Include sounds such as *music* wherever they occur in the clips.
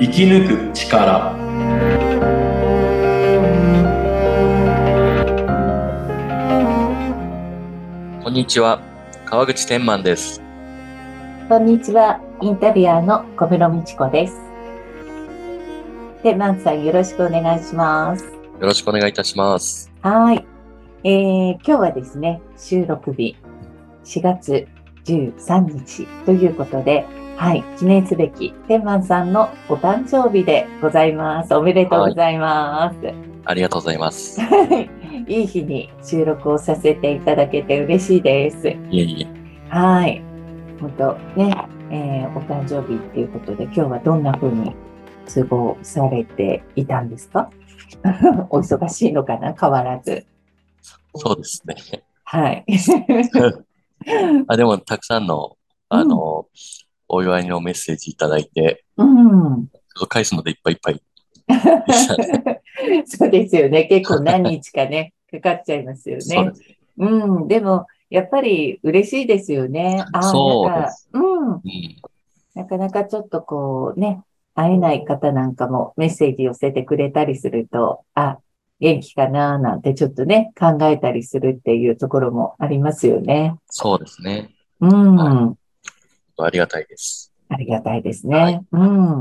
生き抜く力こんにちは川口天満ですこんにちは。インタビュアーの小室美智子です。で、マンさんよろしくお願いします。よろしくお願いいたしますはい。えー今日はですね、収録日4月13日ということで、はい、記念すべき天満さんのお誕生日でございます。おめでとうございます。ありがとうございますいい日に収録をさせていただけて嬉しいでいす。えいえはい。本当ね、えーお誕生日っていうことで、今日はどんな風に都合されていたんですか *laughs* お忙しいのかな変わらず。そうですね *laughs* はい。あでもたくさんのあの、お祝いのメッセージいただいてうん。返すのでいっぱいいっ *laughs* ぱいそうですよね。結構何日かね、かかっちゃいますよね。 *laughs* そうですうん。でも、やっぱり嬉しいですよね。あーそうなんでかす、うん。うんなかなかちょっとこうね、会えない方なんかもメッセージ寄せてくれたりすると、あ、元気かなーなんてちょっとね、考えたりするっていうところもありますよね。そうですねうん。はありがたいですありがたいですね。はいうん。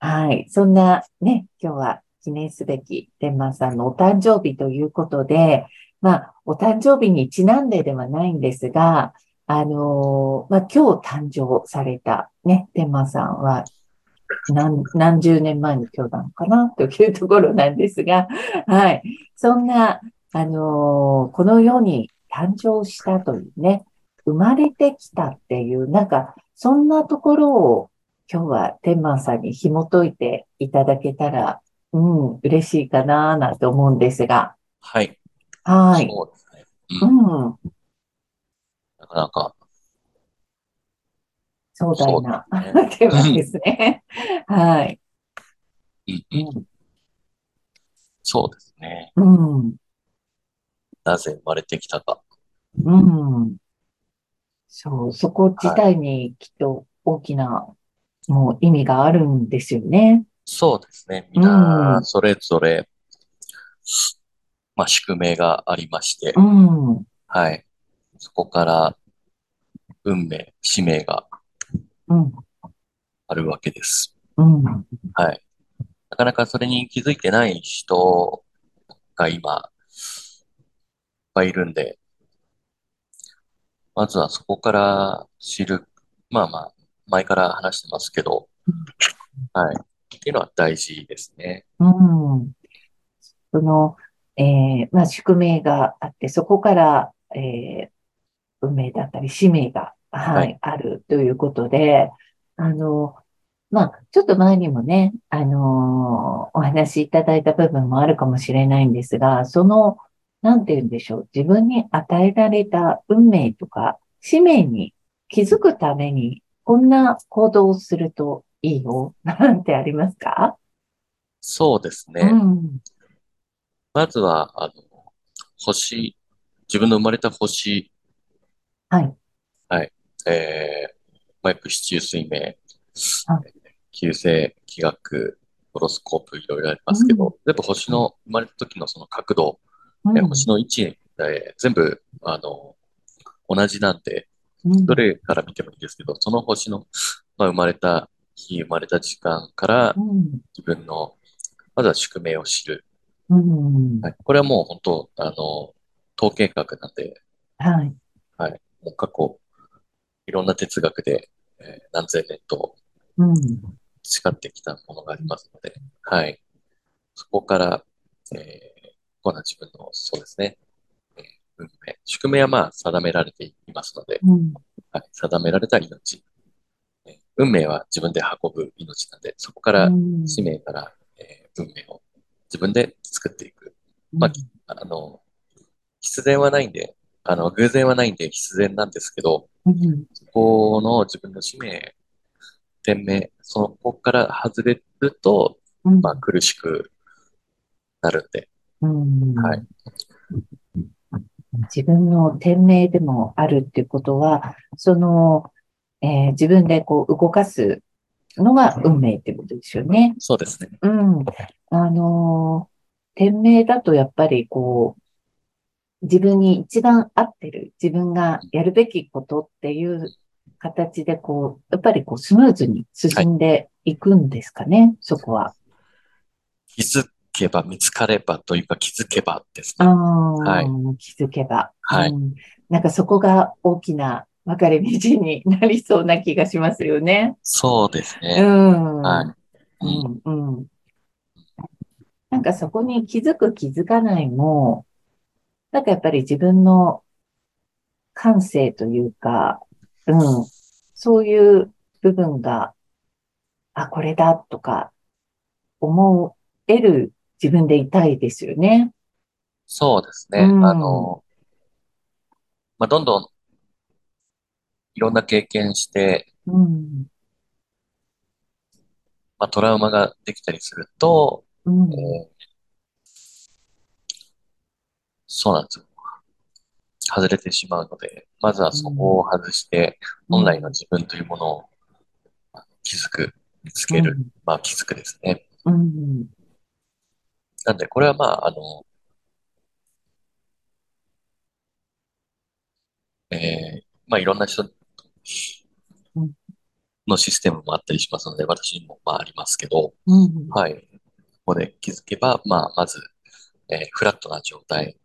はい。そんなね、今日は記念すべき天満さんのお誕生日ということで、まあ、お誕生日にちなんでではないんですが、あのーまあ、今日誕生されたね、天満さんは、何、何十年前の今日なのかなというところなんですが、はい。そんな、あのーこの世に誕生したというね、生まれてきたっていう、なんか、そんなところを今日は天満さんに紐解いていただけたら、うん、嬉しいかななんて思うんですが。はい、はい。そうですねううんん、なかなか壮大なそうですねテーマですね。はい。うんうんそうですねうん、なぜ生まれてきたかうん。そう、そこ自体にきっと大きな、もう意味があるんですよね。そうですね。みんなう、んそれぞれ、まあ、宿命がありましてう、ん、うはい。そこから、運命、使命がん、あるわけです。うん、はい。なかなかそれに気づいてない人が今、いっぱいいるんで、まずはそこから知る、まあまあ、前から話してますけど、はい。っていうのは大事ですね。うん。その、えーまあ、宿命があって、そこから、えー運命だったり、使命が、はい、はいあるということで、あの、まあ、ちょっと前にもね、あのーお話しいただいた部分もあるかもしれないんですが、その、なんて言うんでしょう、自分に与えられた運命とか、使命に気づくために、こんな行動をするといいよ、なんてありますかそうですね。うん。まずは、あの、星、自分の生まれた星、はい。えー、マイプ支柱水明、旧星、気学、ホロスコープ、いろいろありますけど、全部星の生まれた時のその角度、うんえー星の位置、えー全部、あの、同じなんで、うんどれから見てもいいですけど、その星の、まあ、生まれた日、生まれた時間からうん自分の、まずは宿命を知る。うんはい、これはもう本当、あの、統計学なんで、はい。もう過去、いろんな哲学で、えー何千年とうん。培ってきたものがありますので、はい。そこから、えー、こんな自分の、そうですね、えー運命、宿命はまあ定められていますので、うん。はい、定められた命、えー運命は自分で運ぶ命なんで、そこかうら、ん使命から、えー運命を自分で作っていく。まああの、必然はないんで、あの、偶然はないんで必然なんですけど、うんそこの自分の使命、天命、そのここから外れると、うんまあ苦しくなるんで、うんはい自分の天命でもあるっていうことは、その、えー自分でこう動かすのが運命ってことですよね。そうですね。うん。あのー店名だとやっぱりこう、自分に一番合ってる、自分がやるべきことっていう形でこう、やっぱりこうスムーズに進んでいくんですかね、そこは。気づけば、見つかればというか気づけばですあね。あ、気づけば。はいうんなんかそこが大きな分かれ道になりそうな気がしますよね。そうですうね。ん。はいううんんうん。なんかそこに気づく気づかないも、なんかやっぱり自分の感性というか、うん、そういう部分が、あ、これだとか、思える自分でいたいですよね。そうですね。うんあの、まあ、どんどんいろんな経験して、うん、まあ、トラウマができたりすると、うんえ、ーそうなんですよ。外れてしまうので、まずはそこを外して、本来の自分というものをあの気づく、見つける、まあ気づくですね。うん。うん、なんで、これはまあ、あの、えーまあいろんな人うんのシステムもあったりしますので、私にもまあありますけど、うん、はい。ここで気づけば、まあ、まず、えーフラットな状態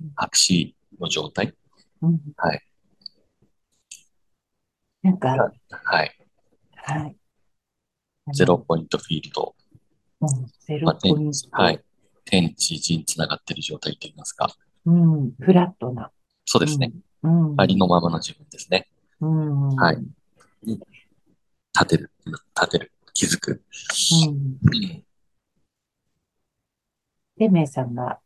うん、白紙の状態。うん。はい。なんか、はい。はい。ゼロポイントフィールド。うん。ゼロまあ、ポイ天ン地ト。はい。天地人つながっている状態といいますか。うん。フラットな。そうですね。うん。うん。ありのままの自分ですね。うん。はい立てる。立てる。気づく。うん。うんてめえさんが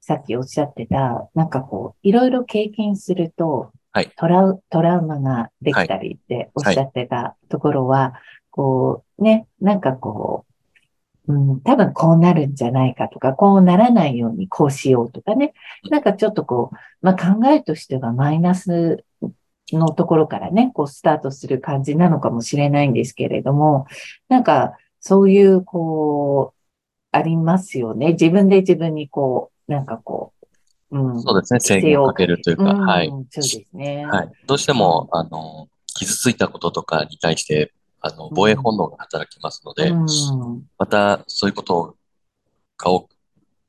さっきおっしゃってた、なんかこう、いろいろ経験すると、はいトラウ、トラウマができたりっておっしゃってたところは、こう、ね、なんかこう、うん、多分こうなるんじゃないかとか、こうならないようにこうしようとかね、なんかちょっとこう、まあ、考えとしてはマイナスのところからね、こうスタートする感じなのかもしれないんですけれども、なんかそういうこう、ありますよね。自分で自分にこう、なんかこう、うん。そうですね。制限をかけるというか、うんはい。そうですね。はい。どうしても、あの、傷ついたこととかに対して、あの、防衛本能が働きますので、うん。またそういうことが起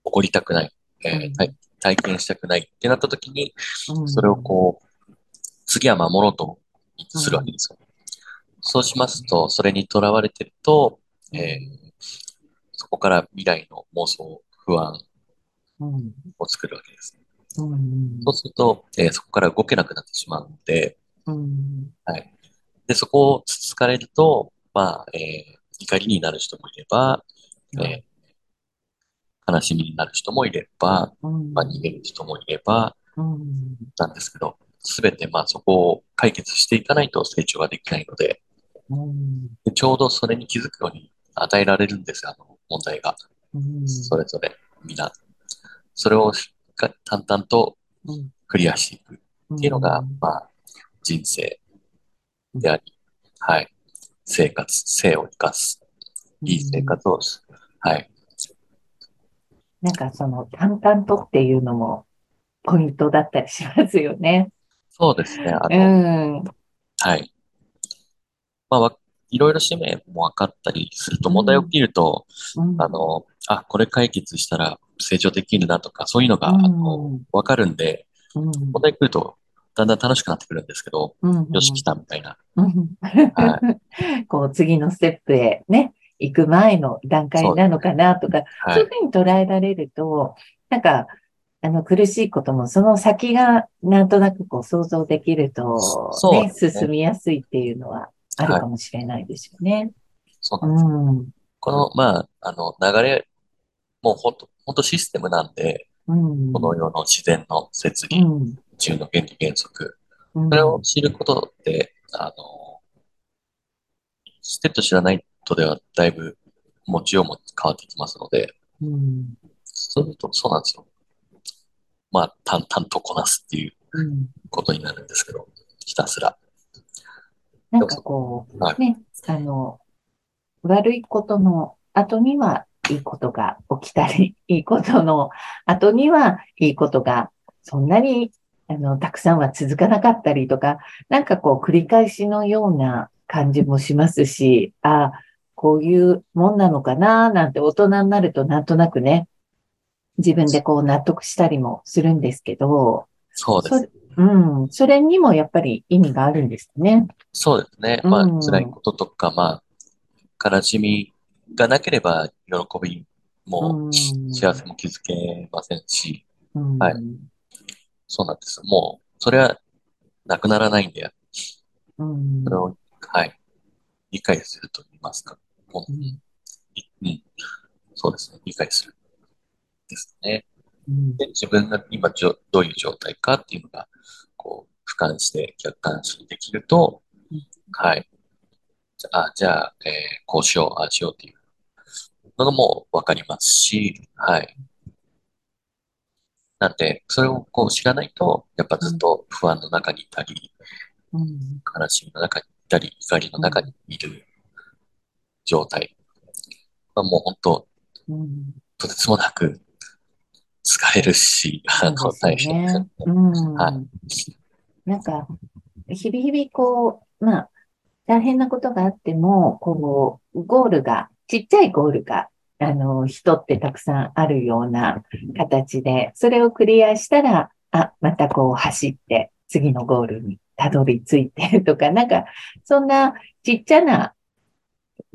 こりたくない、えーうん体体験したくないってなった時に、うんそれをこう、次は守ろうとするわけですよ。そうしますと、それにとらわれてると、えーそこから未来の妄想、不安うん。を作るわけです。うん。そうすると、えーそこから動けなくなってしまうので、うん。はい。で、そこをつつかれると、まあ、えー怒りになる人もいれば、えー悲しみになる人もいれば、うん。まあ、逃げる人もいれば、うん。なんですけど、すべてまあそこを解決していかないと成長ができないので、うん。でちょうどそれに気づくように与えられるんですよ、あの問題が。うん。それぞれ、みんな。それをしっかり淡々とうん。クリアしていくっていうのが、まあ、人生であり、はい。生活、生を生かす。いい生活をする。はい。なんかその、淡々とっていうのも、ポイントだったりしますよね。そうですね。あうの、ん。はい。まあ、わいろいろ使命も分かったりすると、問題起きると、うんあ、の、あ、これ解決したら成長できるなとか、そういうのが、あうのん、わかるんで、うん。問題来ると、だんだん楽しくなってくるんですけど、うん。よし、来たみたいな。うんは *laughs* こう、次のステップへね、行く前の段階なのかなとか、はそう *laughs* いうい。ふうに捉えられると、なんか、あの、苦しいことも、その先が、なんとなくこう、想像できると、そそうね、ですね進みやすいっていうのは、あるかもしれないですよね。そうなうんです。ん。うこの、まあ、あの、流れ、もうほんと、ほんとシステムなんで、ん。この世の自然の摂う理、ん。宇宙の原理原則、うんそれを知ることって、あの、知ってると知らないとでは、だいぶ、持ちようも変わってきますので、うん。そうすると、そうなんですよ。まあ、淡々とこなすっていううん。ことになるんですけど、ひたすら。なんかこう、はい。ね、あの、悪いことの後には、いいことが起きたり、いいことの後には、いいことが、そんなに、あの、たくさんは続かなかったりとか、なんかこう、繰り返しのような感じもしますし、ああ、こういうもんなのかな、なんて大人になるとなんとなくね、自分でこう納得したりもするんですけど、そうです。うん、それにもやっぱり意味があるんですね。そうですね。まあ、うん辛いこととか、まあ、悲しみがなければ、喜びうもん幸せも気づけませんし、うん、はいそうなんです。もう、それはなくならないんで、うんそれを、はい、理解すると言いますか。もう、うんいうん、そうですね。理解する。ですね。うんで、自分が今じょ、どういう状態かっていうのが、こう、俯瞰して、客観視できるとうん、はい。じゃあ、じゃあ、えーこうしよう、ああしようっていうのもわかりますし、はい。なんで、それをこう知らないと、やっぱずっと不安の中にいたり、うん悲しみの中にいたり、怒りの中にいる状態。まあ、もう本当、うんとてつもなく疲れるし、あそうの、ですよ大変ですねね。。うん。はなんか、日々日々こう、まあ、大変なことがあっても、こう、ゴールが、ちっちゃいゴールが、あの、人ってたくさんあるような形で、それをクリアしたら、あ、またこう走って、次のゴールにたどり着いてとか、なんか、そんなちっちゃな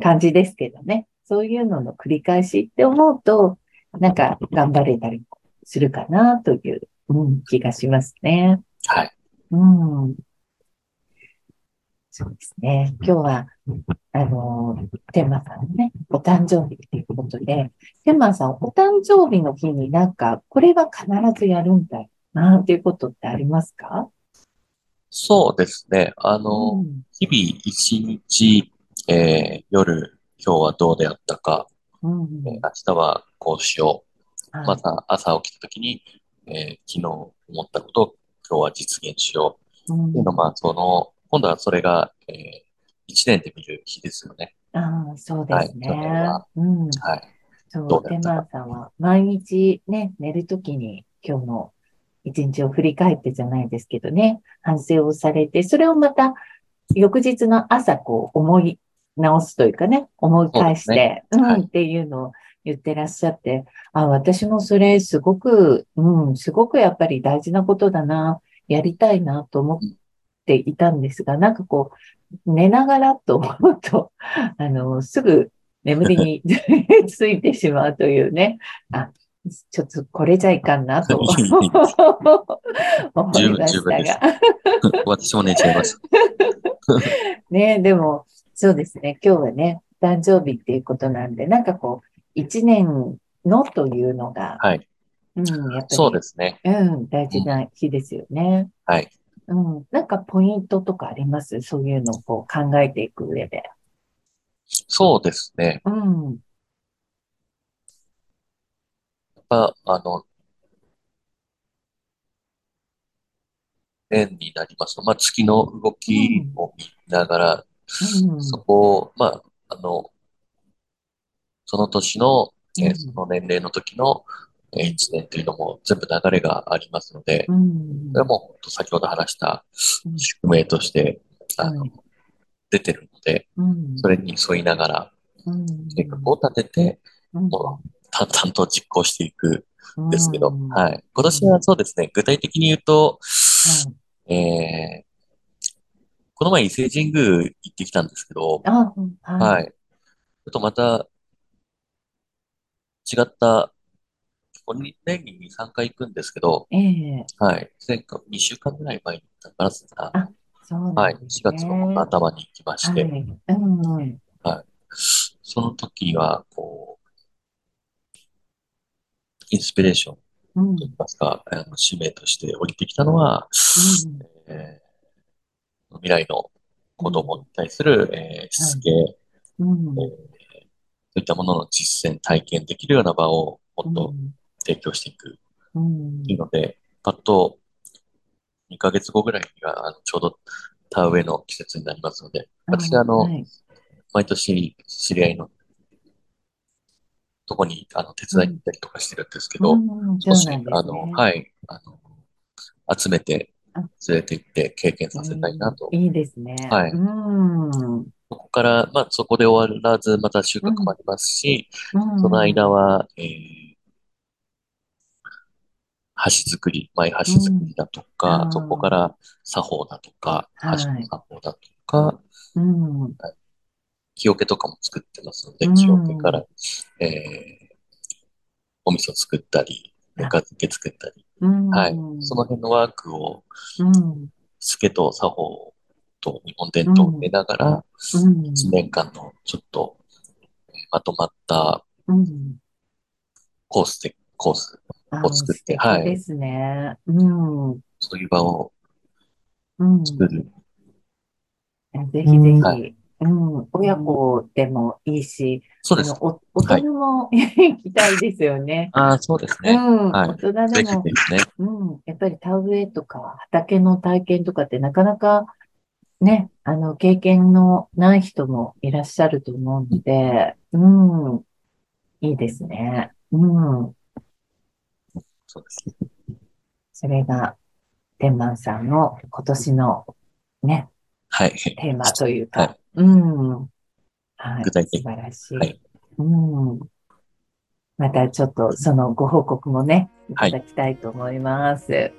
感じですけどね。そういうのの繰り返しって思うと、なんか頑張れたりするかなという、うん、気がしますね。はい。うん。そうですね。今日は、あの、天満さんのね、お誕生日ということで、天満さん、お誕生日の日になんか、これは必ずやるんだよな、っていうことってありますかそうですね。あの、うん。日々一日、えー夜、今日はどうであったか、うんえー明日はこうしよう。はまい。た朝起きた時に、えー昨日思ったことを今日は実現しようう。っていうんのは、まあ、その、今度はそれが、え1年で見る日ですよね。ああ、そうではいす去年ねは。うん。はい。 *laughs* そどう、うだテっマたーさんは毎日ね、寝るときに今日の一日を振り返ってじゃないですけどね、反省をされて、それをまた翌日の朝こう思い直すというかね、思い返して、そうですねはういんっていうのを言ってらっしゃって、あ、私もそれすごく、うん、すごくやっぱり大事なことだな、やりたいなと思っていたんですが、なんかこう、寝ながらと思うと、 *laughs* あの、すぐ眠りに *laughs* ついてしまうというね、あ、ちょっとこれじゃいかんなと思い十分ま十し分たですが。。私も寝ちゃいま *laughs* した。ね、でも、そうですね、今日はね、誕生日っていうことなんで、なんかこう、一年のというのが、はい。うん、やっぱり、そうですね。うん、大事な日ですよね。はい。うん、なんかポイントとかありますそういうのをこう考えていく上で。そうですね。うん、やっぱ、あの、円になりますと、まあ、月の動きを見ながら、うんそこを、まあ、あの、その年の、えうーんその年齢の時の、えー一年というのも全部流れがありますのでう、んそれはもう本当先ほど話したうん宿命として、あはのい、出てるので、うん、それに沿いながらうん計画を立てて、うんもう淡々と実行していくんですけど、うんはい。今年はそうですね、具体的に言うと、はいえー、この前伊勢神宮行ってきたんですけど、あ、うんは。はいい。ちょっとまた、違った、ここに年に2、3回行くんですけど、ええ、はい。前回、2週間ぐらい前に行ったのかあな、そうは。ないん4ですね。月の頭に行きましはい。て、うんうん、その時は、こう、インスピレーションとうん、いいますか、あの使命として降りてきたのは、うんえー未来の子供に対する、えーしつけ、うん、えーそういったものの実践、体験できるような場をもっうとん提供していくうんっていうので、パッと2ヶ月後ぐらいにはあのちょうど田植えの季節になりますので、私はあの、はい毎年知り合いのとこに、あの、手伝いに行ったりとかしてるんですけど、うんうん少し、そうなんですねあの、はい、あの、集めてあ、連れて行って経験させたいなと。いいですね。はいうん。そこから、まあ、そこで終わらず、また収穫もありますし、その間は、えー、橋作り、前橋作りだとうか、んそこから作法だとか、はい橋の作法だとか、うん、うん。木桶とかも作ってますのでう、ん木桶から、えー、お味噌作ったり、あぬか漬け作ったり、うん。はいその辺のワークを、うん。スケと作法と日本伝統を得ながら、うん。 1年間のちょっとえーまとまったうん。コースで、コース、あを作って素敵ですね。うん。うそういう場をん。作る。ぜひぜはひ。うん。親子でもいいし、そうですあ。のお大人も *laughs* 行きたいですよね。ああ、そうですうね。ん。はい大人ぜでひも、ですね。うん。やっぱり田植えとか畑の体験とかってなかなかね、あの、経験のない人もいらっしゃると思うので、うん。いいですね。うん。そうですね。それが、天満さんの今年のね、はい。テーマというはかい。、うん。はい。具体的素晴らしい。はいうん。またちょっとそのご報告もね、いはたいだきたいと思います。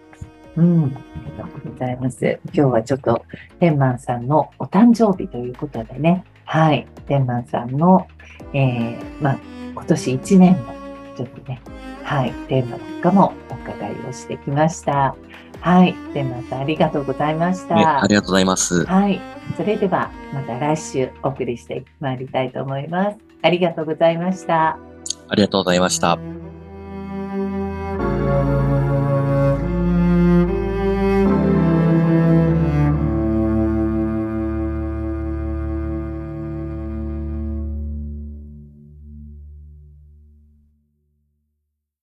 うん。ありがとうございます。今日はちょっと天満さんのお誕生日ということでね、はい。天満さんの、えー、まあ、今年1年のちょっとね、はい、テーマなんかもお伺いをしてきました。はい。天満さんありがとうございました。ねありがとうございます。はい。それでは、また来週お送りしてまいりたいと思います。ありがとうございました。ありがとうございました。は